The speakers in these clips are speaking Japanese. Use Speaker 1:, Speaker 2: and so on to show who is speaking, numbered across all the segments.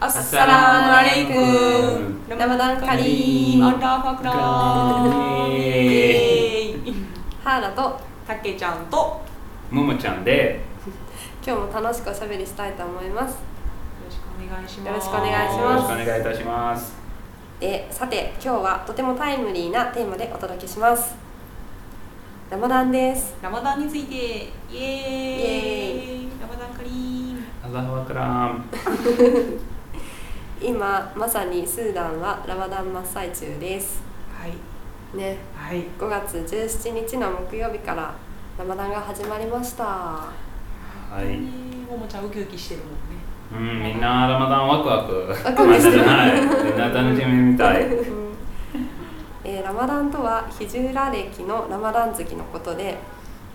Speaker 1: アッサラムアレイクムラマダンカリーム
Speaker 2: ア
Speaker 1: ア
Speaker 2: ン
Speaker 1: ン
Speaker 2: ダーファクラ
Speaker 1: イ
Speaker 2: ー
Speaker 1: エーイハーラと
Speaker 2: たけちゃんとよ
Speaker 3: ももちゃんで
Speaker 1: 今日も楽しくおしゃべりしたいと思います
Speaker 2: ろしくお願いします
Speaker 1: よろしくお願いし
Speaker 3: よろ
Speaker 1: ま
Speaker 3: しく
Speaker 1: す
Speaker 3: お願いいたします
Speaker 1: でさて今日はとてもタイムリーなテーマでお届けしますラマダンです
Speaker 2: ラマダンについてイエーイ
Speaker 1: イ
Speaker 2: ラマダンカリーム
Speaker 3: アザファクラン
Speaker 1: 今まさにスーダンはラマダン真っ最中です
Speaker 2: はい
Speaker 1: ね
Speaker 2: はい
Speaker 1: 5月17日の木曜日からラマダンが始まりました
Speaker 3: はい
Speaker 2: ももちゃんウキウキしてるもんね
Speaker 3: うんみんなラマダンワクワク
Speaker 1: ワクワクしてる
Speaker 3: はいみんな楽しみみたい
Speaker 1: えーラマダンとはヒジューラ暦のラマダン月のことで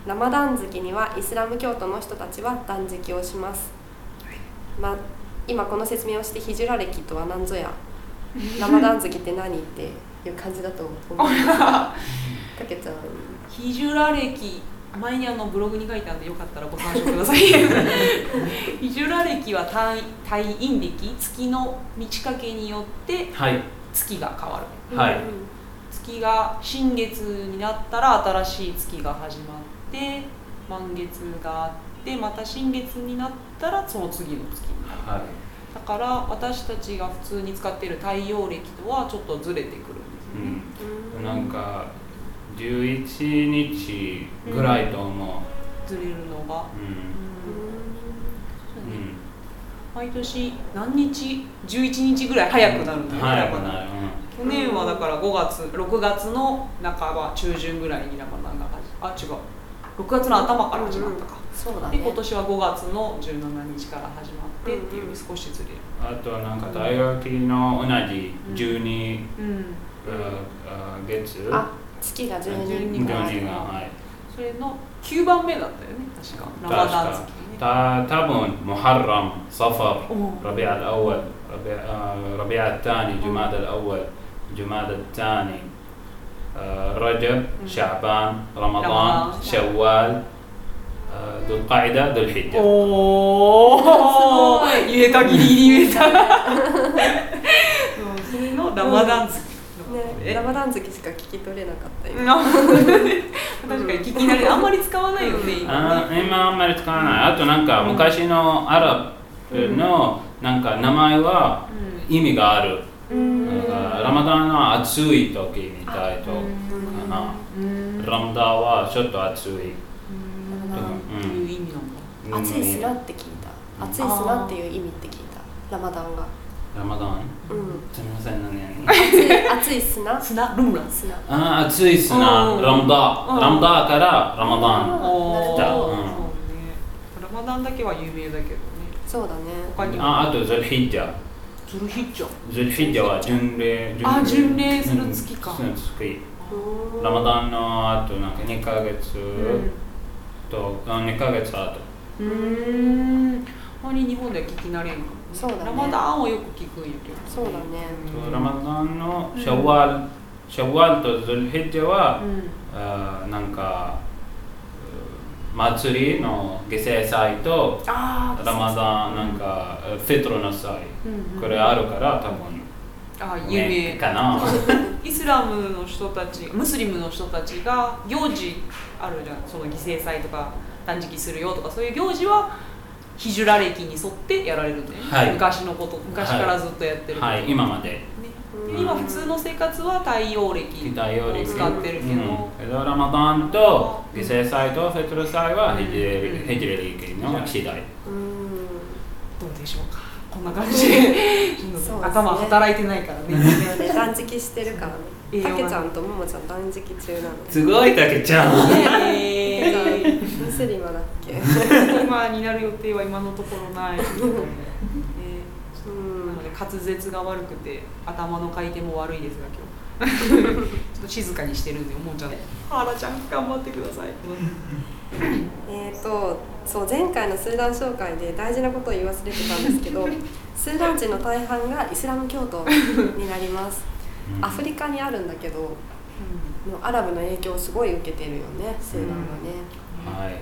Speaker 1: ラマダン月にはイスラム教徒の人たちは断食をします、まあ、今この説明をしてヒジューラ暦とは何ぞやラマダン月って何っていう感じだと思うたけちゃん
Speaker 2: ヒジュラ歴前にあのブログに書いたんでよかったらご参照くださいヒジュラ歴は単位単位陰暦月の満ち欠けによって
Speaker 3: はい
Speaker 2: 月が変わ る
Speaker 3: はい
Speaker 1: うん
Speaker 2: 月が新月になったら新しい月が始まって満月があってまた新月になったらその次の月になる
Speaker 3: は
Speaker 2: だから私たちが普通に使っている太陽暦とはちょっとずれてくる
Speaker 3: いうんん
Speaker 1: うんうん
Speaker 3: なんか11日ぐらいと思
Speaker 2: ですねずれるのが、
Speaker 3: う
Speaker 2: うんそう
Speaker 3: う
Speaker 2: ね
Speaker 3: ん
Speaker 2: 毎年何日11日ぐらい早くなるんだ
Speaker 3: うん
Speaker 2: ね
Speaker 3: 早
Speaker 2: 多
Speaker 3: く
Speaker 2: 分
Speaker 3: なる
Speaker 2: 去年はだから5月6月の半ば中旬ぐらいにラマダンが始まっあ違う6月の頭から始まったか、
Speaker 1: そうだ
Speaker 2: で
Speaker 1: ね
Speaker 2: 今年は5月の17日から始まってっていううん
Speaker 1: うん
Speaker 2: 少しずれる、
Speaker 3: うんあとはなんか大学の同じ12
Speaker 2: うん、
Speaker 3: ああ月
Speaker 1: あ月が12日
Speaker 3: 12
Speaker 1: か
Speaker 3: が
Speaker 1: ら
Speaker 3: はい
Speaker 2: それの9番目だったよね確か
Speaker 3: 確か
Speaker 2: ラマダン月ね
Speaker 3: た多分 محرم صفر
Speaker 2: おう
Speaker 3: ربيع الأول ربيع آه، ربيع الثاني جماد الأول جماد الثاني آه، رجب شعبان رمضان
Speaker 2: رمضان.
Speaker 3: شوال آه، ذو القعدة ذو الحجة
Speaker 2: おお
Speaker 1: すご
Speaker 2: 言えたギリギリ言えたそうそれのラマダン月のこと
Speaker 1: ね
Speaker 2: で
Speaker 1: ラマダン月しか聞き取れなかったよ
Speaker 2: うん確かに聞き慣れあんまり使わないよね今
Speaker 3: あ
Speaker 2: ね
Speaker 3: ー今あんまり使わないあとなんか昔のアラブのなんか名前は意味がある、
Speaker 1: うん
Speaker 3: なんかラマダンの暑い時みたいとかな、
Speaker 2: うん
Speaker 3: ラムダはちょっと暑い、
Speaker 2: うん
Speaker 1: ラマダン
Speaker 2: っていう意味なのか
Speaker 3: うん
Speaker 1: 暑い砂って聞いた暑い砂っていう意味って聞いたラマダンが
Speaker 3: ラマダン
Speaker 1: うん
Speaker 3: すみません何何
Speaker 1: 暑い暑い 砂
Speaker 2: な砂ルムラン
Speaker 1: 砂
Speaker 3: あー暑いっす
Speaker 2: う
Speaker 3: なんラムダ
Speaker 2: うん
Speaker 3: ラムダからラマダン
Speaker 2: おー
Speaker 1: なる
Speaker 3: ほど
Speaker 2: そうねラマダンだけは有名だけどね
Speaker 1: そうだね
Speaker 2: 他に
Speaker 3: あ
Speaker 2: は
Speaker 3: あとズルヒッジャ
Speaker 2: ズルヒッチョ
Speaker 3: ズルヒッジャは巡礼
Speaker 2: あ巡礼する月か
Speaker 3: うんする
Speaker 1: うん
Speaker 3: 月ラマダンのあとなんか2ヶ月と、あ2ヶ月後
Speaker 2: うんうんあまり日本では聞き慣れんかもね
Speaker 1: そうだね
Speaker 2: ラマダンをよく聞くんやけど
Speaker 1: そうだね
Speaker 3: とラマダンのシャワル、シャワルとズルヒッジャは、
Speaker 2: うん
Speaker 3: あーなんかうん祭りの犠牲祭と
Speaker 2: ああ
Speaker 3: ラマダンなんかフィトロの祭
Speaker 2: うんうん
Speaker 3: これあるから多分
Speaker 2: あ有
Speaker 3: 夢
Speaker 2: 名
Speaker 3: かな
Speaker 2: イスラムの人たちムスリムの人たちが行事あるじゃんその犠牲祭とか断食するよとかそういう行事はヒジュラ歴に沿ってやられるんだよね、
Speaker 3: はい
Speaker 2: 昔のこと昔からずっとやってること、
Speaker 3: はい、今まで
Speaker 2: ね
Speaker 1: うん
Speaker 2: で今普通の生活は太陽歴
Speaker 3: 太陽
Speaker 2: を
Speaker 3: 暦
Speaker 2: 使ってるけど、
Speaker 3: うん、だからラマダンと犠牲祭とフェトル祭はヘジレヘジレリ系の次第
Speaker 1: うん
Speaker 2: どうでしょうかこんな感じで
Speaker 1: すね
Speaker 2: 頭働いてないから ね
Speaker 1: そうだね断食してるから
Speaker 2: 栄
Speaker 1: ね
Speaker 2: 養が
Speaker 1: たけちゃんとももちゃん断食中なの
Speaker 3: すごいたけちゃん
Speaker 1: え
Speaker 2: えー
Speaker 1: ームスリマだっけ
Speaker 2: 今になる予定は今のところない、ね、なの
Speaker 1: う
Speaker 2: で
Speaker 1: ん
Speaker 2: 滑舌が悪くて頭の回転も悪いですが今 日ちょっと静かにしてるんでもうちゃんあらちゃん頑張ってください
Speaker 1: えーとそう前回のスーダン紹介で大事なことを言い忘れてたんですけどスーダン人の大半がイスラム教徒になりますアフリカにあるんだけどもうアラブの影響をすごい受けてるよねスーダンは
Speaker 3: は
Speaker 1: ね、
Speaker 3: い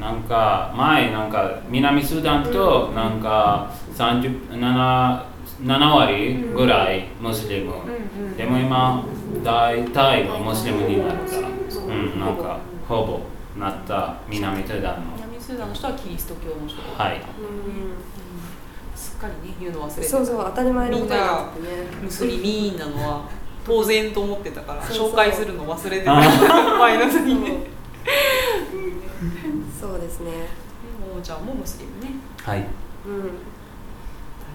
Speaker 3: なんか前なんか南スーダンとなんか30 7, 7割ぐらいムスリム、
Speaker 2: うんうん
Speaker 3: でも今大体はムスリムになった、うん、なんかほぼなった南スーダンの
Speaker 2: 南スーダンの人はキリスト教の人が多かった
Speaker 3: はい
Speaker 2: すっかりね言うの忘れてた
Speaker 1: そうそう当たり前のことになっててね
Speaker 2: ムスリミーンなのは当然と思ってたから
Speaker 1: そうそう
Speaker 2: 紹介するの忘れてた マイナスにね
Speaker 1: そうそうですね
Speaker 2: ももちゃんもムスリムね
Speaker 3: はい
Speaker 1: うん
Speaker 2: 断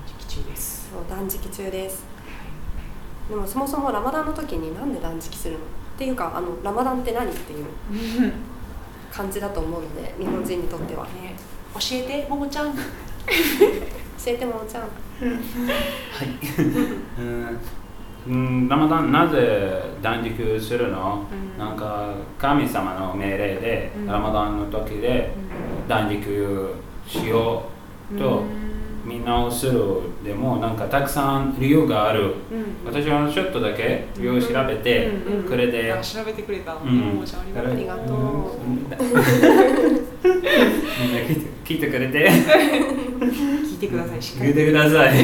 Speaker 2: 食中です
Speaker 1: そう断食中ですでもそもそもラマダンの時になんで断食するのっていうかあのラマダンって何っていう
Speaker 2: ね
Speaker 1: 感じだと思うので日本人にとっては
Speaker 2: 教えてももちゃん
Speaker 1: 教えてもおちゃん
Speaker 3: うんラマダンなぜ断食するの、
Speaker 2: うん
Speaker 3: なんか神様の命令で、
Speaker 2: うん
Speaker 3: ラマダンの時で断食しようと、みんなをするでもなんかたくさん理由がある私はちょっとだけ理由を調べて
Speaker 2: うん
Speaker 3: くれて、
Speaker 2: あ調べてくれた、
Speaker 3: うん
Speaker 2: ももちゃんありがとう
Speaker 1: ありがとう
Speaker 3: うんみんな聞いてくれて
Speaker 2: 聞いてくださいしっか
Speaker 3: 聞い
Speaker 2: り
Speaker 3: てください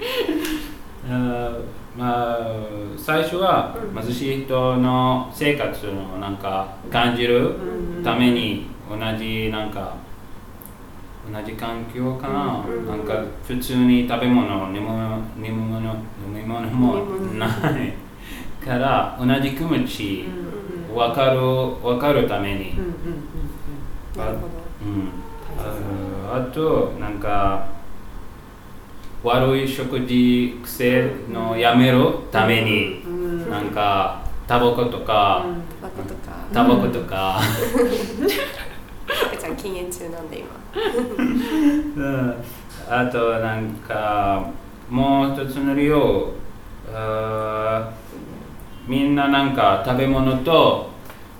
Speaker 3: あーまあ最初は
Speaker 1: うん
Speaker 3: 貧しい人の生活のなんか感じる
Speaker 2: うん
Speaker 3: ために同じなんか同じ環境かな、
Speaker 1: うん
Speaker 3: なんか普通に食べ物飲み物飲み物飲み物もないから同じ気持ち
Speaker 2: うんうん
Speaker 3: 分かる分かるために、
Speaker 2: うんうん
Speaker 1: なるほど
Speaker 3: うん
Speaker 2: 大切
Speaker 3: あーあとなんか悪い食事癖のやめるために
Speaker 2: うんうん
Speaker 3: なんかタバコとか
Speaker 2: うん
Speaker 1: バカとか
Speaker 3: タバコとか、
Speaker 1: 赤ちゃん禁煙中なんで今
Speaker 3: うんあとなんかもう一つの理由あーみんななんか食べ物と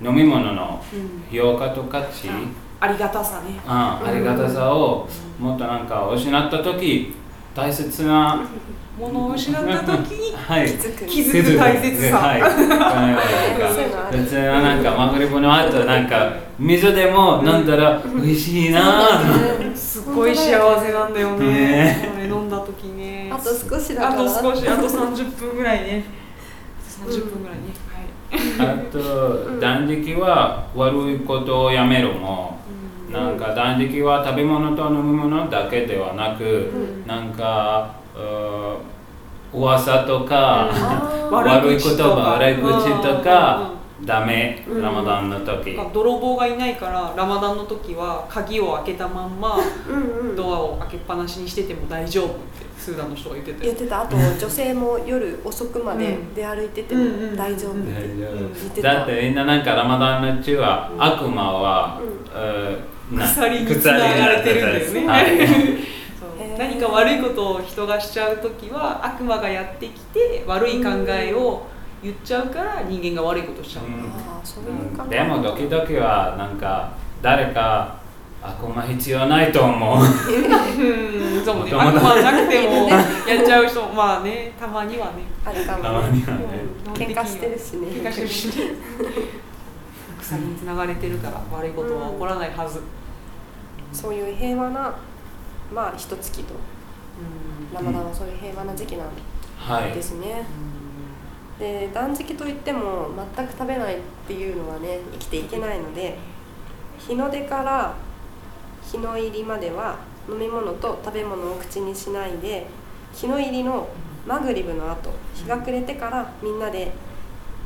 Speaker 3: 飲み物の
Speaker 2: うん
Speaker 3: 評価と価値、
Speaker 2: ありがたさね
Speaker 3: あありがたさをもっとなんか失った時大切な
Speaker 2: 物を失った時に
Speaker 3: はい
Speaker 1: 気づく
Speaker 2: 気づく大切さ
Speaker 3: はい
Speaker 1: そういうのあ
Speaker 3: はい
Speaker 1: る
Speaker 3: 別になんかマグリブの後なんか水でも飲んだら美味しいなぁ
Speaker 2: すっごい幸せなんだよね
Speaker 3: ね
Speaker 2: これ飲んだ時ね
Speaker 1: あと少しだから
Speaker 2: あと少しあと30分ぐらいね30分ぐらいね、はい
Speaker 3: あと断食は悪いことをやめるもなんか断食は食べ物と飲み物だけではなく
Speaker 2: ん
Speaker 3: なんかうん噂とか
Speaker 1: あー
Speaker 2: 悪
Speaker 3: 悪い言
Speaker 2: い口とか
Speaker 3: 葉悪い口と
Speaker 2: うんうん
Speaker 3: か
Speaker 2: うん
Speaker 3: ダメ
Speaker 1: うん
Speaker 3: ラマダンの時
Speaker 2: なんか泥棒がいないからラマダンの時は鍵を開けたまんま
Speaker 1: うんうん
Speaker 2: ドアを開けっぱなしにしてても大丈夫ってスーダンの人が言ってた
Speaker 1: 言
Speaker 2: よ
Speaker 1: ってたあと女性も夜遅くまで
Speaker 2: うん
Speaker 1: 出歩いてて
Speaker 2: うんう
Speaker 1: も
Speaker 2: ん
Speaker 1: 大丈夫っ
Speaker 2: うん
Speaker 1: て言ってた
Speaker 3: だってみんななんかラマダンの中は悪魔は、うんな
Speaker 2: 鎖 に繋がれてるんだよね
Speaker 3: はい、
Speaker 2: そう
Speaker 1: へー
Speaker 2: 何か悪いことを人がしちゃう時は悪魔がやってきて悪い考えを言っちゃうから人間が悪いことしちゃう、
Speaker 3: うん
Speaker 1: ああそういう考え
Speaker 3: でも時々はなんか誰か悪魔必要ないと思う
Speaker 2: うんそうね
Speaker 3: 元々
Speaker 2: 悪魔なくてもやっちゃう人まあねたまにはね
Speaker 1: あるか
Speaker 3: た
Speaker 1: も
Speaker 3: ま
Speaker 1: ね
Speaker 3: にはね
Speaker 1: 喧嘩してるしね
Speaker 2: 喧嘩してるしね鎖に繋がれてるから悪いことは起こらないはず、
Speaker 1: そういう平和なまあ一月と
Speaker 2: う
Speaker 1: ラマダンはそういう平和な時期なん
Speaker 3: はい
Speaker 1: ですね、で断食といっても全く食べないっていうのはね生きていけないので日の出から日の入りまでは飲み物と食べ物を口にしないで日の入りのマグリブの後日が暮れてからみんなで、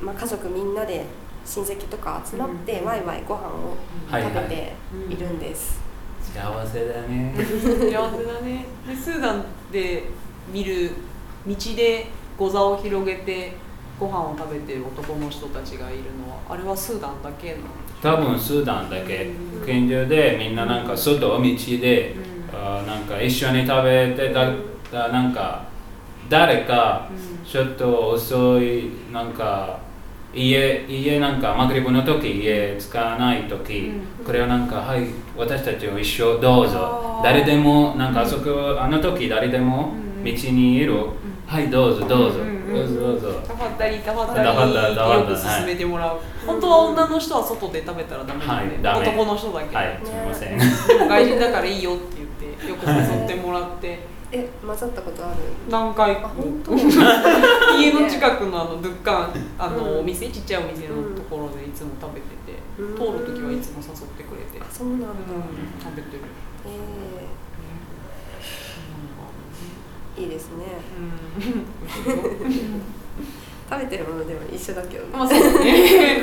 Speaker 1: まあ、家族みんなで親戚とか集まって
Speaker 2: うん
Speaker 1: ワイワイご飯を
Speaker 3: はい
Speaker 1: 食べているんです、
Speaker 3: 幸せだね
Speaker 2: ん幸せだねでスーダンで見る道でご座を広げてご飯を食べてる男の人たちがいるのはあれはスーダンだけなの
Speaker 3: 多分スーダンだけ
Speaker 2: うん
Speaker 3: 近所でみんななんか外道で、
Speaker 2: う
Speaker 3: あーなんか一緒に食べてだだなんか誰か
Speaker 2: う
Speaker 3: ちょっと遅いなんか家家なんかマグリブの時家使わない時、
Speaker 2: う
Speaker 3: これはなんかはい私たちを一緒どう
Speaker 2: あ
Speaker 3: ぞ
Speaker 2: ー
Speaker 3: 誰でもなんかあそこ、あの時誰でも道にいる、はいどうぞどうぞ、
Speaker 2: うんうん
Speaker 3: どうぞどうぞ
Speaker 2: たまったりたまった
Speaker 3: たまったりたま
Speaker 2: り
Speaker 3: っ
Speaker 2: よ
Speaker 3: たり
Speaker 2: く勧めてもらう、本当は女の人は外で食べたらダメなんで、
Speaker 3: はいダメ
Speaker 2: 男の人だけ、
Speaker 3: はいすみません
Speaker 2: でも外人だからいいよって言ってよく誘ってもらって
Speaker 1: え混ざったことある
Speaker 2: 何回
Speaker 1: あ
Speaker 2: か
Speaker 1: 本 当
Speaker 2: 家の近くのあのドゥッカンあの
Speaker 1: うん
Speaker 2: お店ちっちゃいお店のところでいつも食べてて、
Speaker 1: うん
Speaker 2: 通る時はいつも誘ってくれて、うん
Speaker 1: あ、そうなんだ、
Speaker 2: 食べてる、
Speaker 1: えー、いいですね
Speaker 2: うん
Speaker 1: 食べてるものでも一緒だけどね
Speaker 2: まあそうだね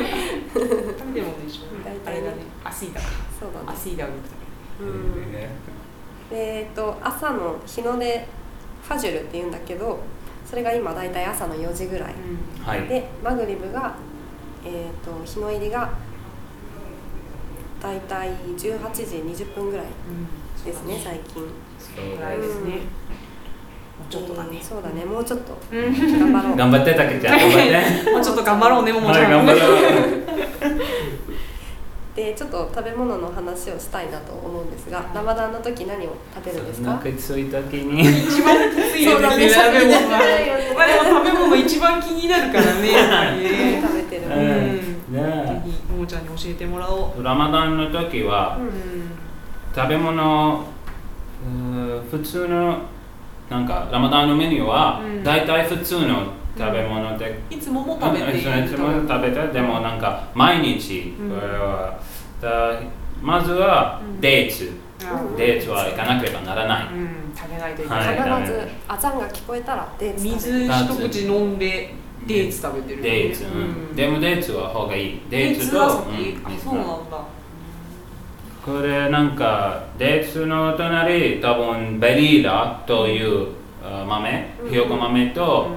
Speaker 2: 食べてもでしょ
Speaker 1: 大体ね
Speaker 2: あれだねアシーダか
Speaker 1: そうだ
Speaker 2: ア
Speaker 1: ね
Speaker 2: シーダを
Speaker 1: うんえー、と朝の日の出ファジュルって言うんだけどそれが今大体朝の4時ぐらい、
Speaker 3: はい
Speaker 1: でマグリブが、えー、と日の入りが大体18時20分ぐらいですね最近
Speaker 3: そう
Speaker 2: 暗いですね
Speaker 1: うん
Speaker 2: もうちょっとだね
Speaker 1: えーそうだねもうちょっと
Speaker 2: うん
Speaker 1: 頑張ろう
Speaker 3: 頑張ってたけちゃ ん頑張って
Speaker 2: もうちょっと頑張ろうねもも
Speaker 3: は
Speaker 2: ち
Speaker 3: い
Speaker 2: ゃん
Speaker 3: 頑張ろう
Speaker 1: でちょっと食べ物の話をしたいなと思うんですがラマダンの時何を食べるんで
Speaker 3: そ
Speaker 1: す
Speaker 3: んな
Speaker 1: か
Speaker 3: くついた時に
Speaker 2: 一番きついよ
Speaker 1: そうだね
Speaker 2: ね食べ物は
Speaker 1: 喋りたいよね
Speaker 2: まあでも食べ物一番気になるからねやっぱり
Speaker 1: 何
Speaker 2: ね
Speaker 1: 食べてる
Speaker 3: う
Speaker 1: の、
Speaker 3: ん
Speaker 2: ぜ
Speaker 3: ね
Speaker 2: ひももちゃんに教えてもらおう
Speaker 3: ラマダンの時は
Speaker 2: うん
Speaker 3: 食べ物うん普通のなんかラマダンのメニューは
Speaker 2: うん
Speaker 3: 大体普通の食べ物で
Speaker 2: いつもも
Speaker 3: 食
Speaker 2: 食
Speaker 3: べて
Speaker 2: べて
Speaker 3: い
Speaker 2: い
Speaker 3: つも食べてでもなんか毎日
Speaker 2: うん
Speaker 3: これは、だまずは
Speaker 2: うん
Speaker 3: デーツ、
Speaker 2: あうん
Speaker 3: デーツは行かなければならない、
Speaker 2: 食べないといけ
Speaker 3: は
Speaker 2: ないい
Speaker 1: 必ずアザンが聞こえたらデーツ食べる
Speaker 2: 水一口飲んでデーツ食べてる
Speaker 3: デーツ、うんでもデーツは方がいい
Speaker 2: デ
Speaker 3: デー
Speaker 2: ー
Speaker 3: ツ
Speaker 2: ツ
Speaker 3: と
Speaker 2: は先
Speaker 3: うん
Speaker 2: あそうなんだ
Speaker 3: これなんかデーツの隣多分ベリーラというあ豆
Speaker 1: うん
Speaker 3: ひよこ豆と、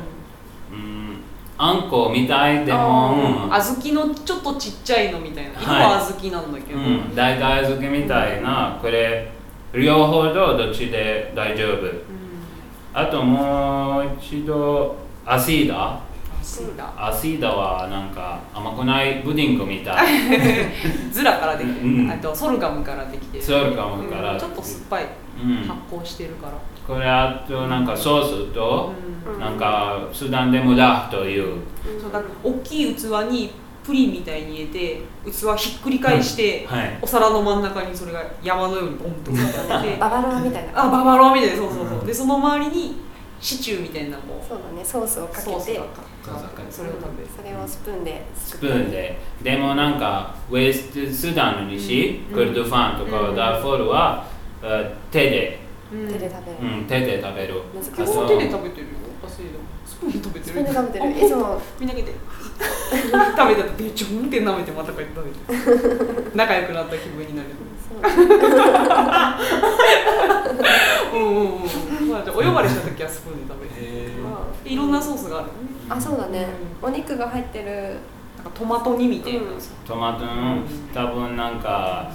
Speaker 3: うん、あんこみたいでも、うん
Speaker 2: 小豆のちょっとちっちゃいのみたいな
Speaker 3: はい
Speaker 2: 色は小豆なんだけど
Speaker 3: うん、大体漬けみたいな、これ両方とどっちで大丈夫あともう一度アシーダ
Speaker 2: シーダ
Speaker 3: アシーダはなんか甘くないブディングみたい
Speaker 2: ズラからできて
Speaker 3: う
Speaker 2: る
Speaker 3: ん
Speaker 2: あとソルガムからできてる
Speaker 3: ソルガムから
Speaker 2: うんちょっと酸っぱい
Speaker 3: うん
Speaker 2: 発酵してるから
Speaker 3: これあとなんかソースと、
Speaker 1: うん
Speaker 3: なんかスーダンでムラという、
Speaker 1: うん
Speaker 2: そうだから大きい器にプリンみたいに入れて器ひっくり返して
Speaker 3: はい
Speaker 2: お皿の真ん中にそれが山のようにボンと置いてあって
Speaker 1: ババロアみたいな
Speaker 2: あババロアみたいなそうそうそう、
Speaker 3: うん
Speaker 2: でその周りにシチューみたいなこう
Speaker 1: そうだねソースをかけて
Speaker 2: ソースが
Speaker 3: そうそうそう
Speaker 2: それを食べる
Speaker 1: それをスプーンです
Speaker 3: ス
Speaker 1: く
Speaker 3: プ
Speaker 1: って
Speaker 3: ーンででもなんかウェストスーダンの西、
Speaker 2: うん
Speaker 3: クルドファンとか
Speaker 2: うん
Speaker 3: ダーフォルは、あ手で、
Speaker 1: 手で食べ
Speaker 3: う
Speaker 1: る、
Speaker 3: ん、手で食べる
Speaker 1: 難しい
Speaker 3: あ
Speaker 2: 基
Speaker 3: と
Speaker 2: 本手で食べてるよ私スプーンで食べて
Speaker 1: ス
Speaker 2: る
Speaker 1: プーンで食べてる
Speaker 2: あ
Speaker 1: いつも
Speaker 2: みんなで食べたらべちょんって舐めてまたこうやって食べてる仲良くなった気分になる
Speaker 1: そうだね
Speaker 2: うんうんうんうんまあじゃあお呼ばれした時はスプーンで食べてる いろんなソースがある
Speaker 1: あそうだね、お肉が入ってる
Speaker 2: なんかトマト煮みたいな、
Speaker 1: うん
Speaker 3: トマトの多分なんか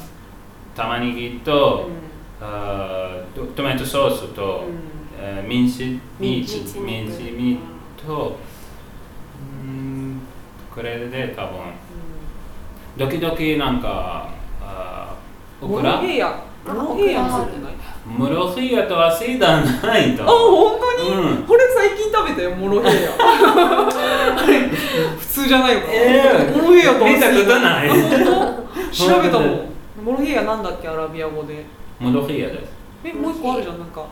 Speaker 3: 玉ねぎと、あートトマトソースと、
Speaker 2: うん
Speaker 3: えーミンチ
Speaker 2: ミ
Speaker 3: ミ
Speaker 2: ン
Speaker 3: ンチ
Speaker 1: チ
Speaker 3: ミンチミートうんこれで多分時々なんかあーオ
Speaker 2: モ
Speaker 3: ク
Speaker 2: ロ
Speaker 3: ラ
Speaker 2: ヘイヤモロヘイヤにするんじゃない
Speaker 3: ムロヒーヤとアシーダーない
Speaker 2: あ
Speaker 3: と
Speaker 2: 本当に、
Speaker 3: うん
Speaker 2: これ最近食べたよモロヘ イヤあれ普通じゃないよな、
Speaker 3: ええ
Speaker 2: モロヘイヤと思って
Speaker 3: 見たことない
Speaker 2: 調べた もんモロヘイヤなんだっけアラビア語で
Speaker 3: ムロヒーヤです
Speaker 2: えもう一個あるじゃんなんか
Speaker 3: ん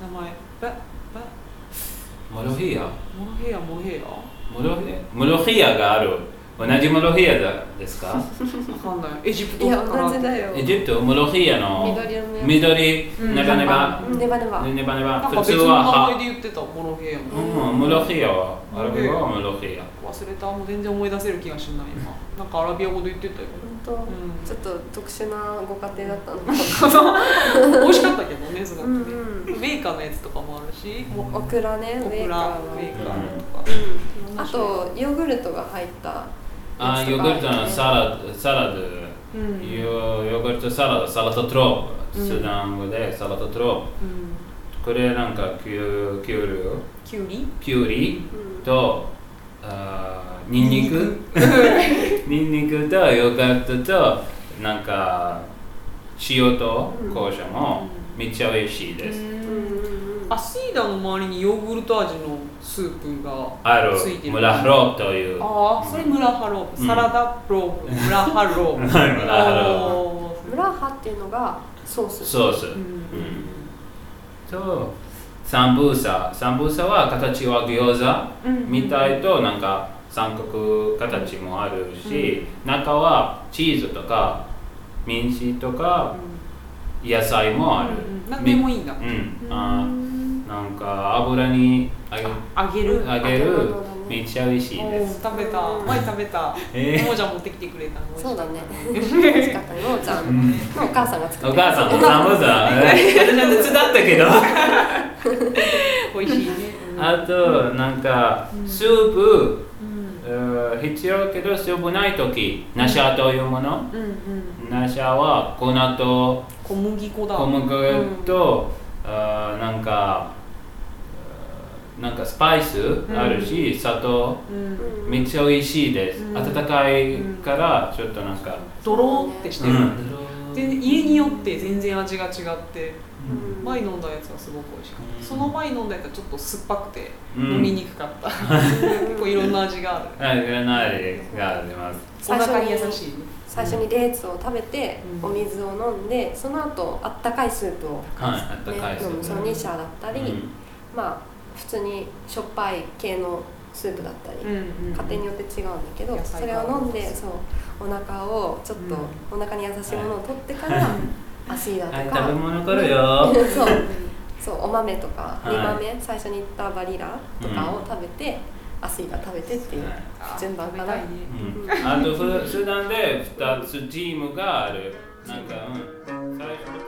Speaker 2: 名前ばば
Speaker 3: ムロヒーヤ
Speaker 2: モロヘイヤモロヘイヤ
Speaker 3: ムロヒーヤムロヒーヤがある同じムロヒーヤだですか
Speaker 2: わかんないエジプト
Speaker 1: いや
Speaker 2: だから
Speaker 1: 同じだよ
Speaker 3: エジプトムロヒーヤの
Speaker 1: 緑のや
Speaker 3: 緑
Speaker 2: うん
Speaker 3: ネバネバ
Speaker 1: つネバネバ、
Speaker 3: ネバネ
Speaker 2: な
Speaker 3: バ
Speaker 2: んか
Speaker 3: 普
Speaker 2: 別
Speaker 3: 通
Speaker 2: の
Speaker 3: は
Speaker 2: 名前
Speaker 3: は
Speaker 2: で言ってたモロヘイヤ
Speaker 3: う
Speaker 2: も
Speaker 3: んムロヒーヤはアラビア語はムロヒーヤ
Speaker 2: 忘れたもう全然思い出せる気がしない今なんかアラビア語で言ってたよ
Speaker 1: 本当、
Speaker 2: ん
Speaker 1: ちょっと特殊なご家庭だったのか
Speaker 2: 美味しかったけどねすごくね
Speaker 1: うん
Speaker 2: ウェイカーのやつとかもあるしも
Speaker 1: オクラね
Speaker 2: うオ
Speaker 1: ウェイ
Speaker 2: ク
Speaker 1: カ
Speaker 2: ラ
Speaker 1: ーは
Speaker 2: ウェイカ
Speaker 3: ー
Speaker 2: ーとか
Speaker 1: うんあとヨーグルトが入った
Speaker 3: あヨーグルトのサラダ、サラダ、
Speaker 2: うん
Speaker 3: ヨヨーグルトサラダ、サラダトロープ、
Speaker 2: うん
Speaker 3: スーダン語でサラダトロ
Speaker 2: うん
Speaker 3: ープ。これなんかキュキュウ
Speaker 2: キュウリ
Speaker 3: リ、キュウリ
Speaker 1: うん
Speaker 3: と、あーニンニク、ニンニクとヨーグルトと、なんか塩と
Speaker 1: うん
Speaker 3: 紅茶もめっちゃ美味しいです。
Speaker 1: うんうんうん
Speaker 2: アシーダの周りにヨーグルト味のスープが
Speaker 3: ある
Speaker 2: ついてる
Speaker 3: ムラハローという
Speaker 2: ああそれムラハロー
Speaker 3: うん
Speaker 2: ブサラダプローブムラハ ロー
Speaker 3: ムラハ
Speaker 2: ロ
Speaker 1: ムラハっていうのがソース
Speaker 3: ソース、
Speaker 2: うん
Speaker 3: とサンブーササンブーサは形は餃子
Speaker 2: うん
Speaker 3: みたいとなんか三角形もあるし、中はチーズとかミンチとか野菜もある、
Speaker 2: うん何でもいいんだ
Speaker 3: うん、
Speaker 1: う
Speaker 3: あ
Speaker 1: ん
Speaker 3: なんか油に揚げ
Speaker 2: あげる
Speaker 3: 揚げ
Speaker 1: なる
Speaker 3: る
Speaker 1: ほどね
Speaker 3: めっちゃ美味しい
Speaker 2: お
Speaker 3: で
Speaker 2: ー
Speaker 3: す
Speaker 2: 食べた前食べた
Speaker 3: えー
Speaker 2: ももちゃん持ってきてくれた の
Speaker 1: そうだね
Speaker 2: 美味
Speaker 1: 美味
Speaker 2: し
Speaker 1: し
Speaker 2: い
Speaker 1: かったねのおちゃ
Speaker 3: うんん
Speaker 1: のお母さんが作
Speaker 3: お
Speaker 1: ってくれ
Speaker 3: 母
Speaker 1: た
Speaker 3: さんもサンブーサ私は手伝ったけど
Speaker 2: 美味しいね
Speaker 3: あとなんか
Speaker 2: うん
Speaker 3: スープ
Speaker 2: うん
Speaker 3: うん必要けどスープない時ナシャというもの
Speaker 2: うんうん
Speaker 3: ナシャは粉と
Speaker 2: 小麦粉だ
Speaker 3: 小麦粉と、あーなんかうんなんかスパイス
Speaker 2: ん
Speaker 3: あるし、砂糖
Speaker 2: うん
Speaker 3: めっちゃ美味しいです、
Speaker 2: うん
Speaker 3: 温かいからちょっとなんか、
Speaker 2: ドローってしてる
Speaker 3: うん
Speaker 2: で家によって全然味が違って
Speaker 1: うん
Speaker 2: 前飲んだやつはすごく美味しかった、
Speaker 3: うん
Speaker 2: その前飲んだやつはちょっと酸っぱくて
Speaker 3: うん
Speaker 2: 飲みにくか った、結構いろんな味がある
Speaker 3: はいグラナーレが出ます
Speaker 2: お腹に優しい
Speaker 1: 最初にレーツを食べて、
Speaker 2: うん
Speaker 1: お水を飲んでその後あったかいスープを、
Speaker 3: はい温かいス
Speaker 1: ね、飲むそ
Speaker 3: ー
Speaker 1: の
Speaker 3: プ、
Speaker 1: 2社だったり、
Speaker 3: うん
Speaker 1: まあ普通にしょっぱい系のスープだったり、
Speaker 2: ん
Speaker 1: 家庭によって違うんだけど、
Speaker 2: 野
Speaker 1: そ
Speaker 2: 菜
Speaker 1: れ
Speaker 2: が
Speaker 1: を飲んでそうお腹をちょっと、お腹に優しいものを取ってから、アシーダとか、
Speaker 3: はい食べ物来るよ
Speaker 1: そうそうお豆とか
Speaker 3: はい
Speaker 1: 煮豆、最初に言ったバリラとかを食べて、アシーダ食べてっていう、
Speaker 3: はい
Speaker 1: 順番かな
Speaker 2: 食べたいね
Speaker 3: うんあとふスーダンで2つチームがあるなんかうん最初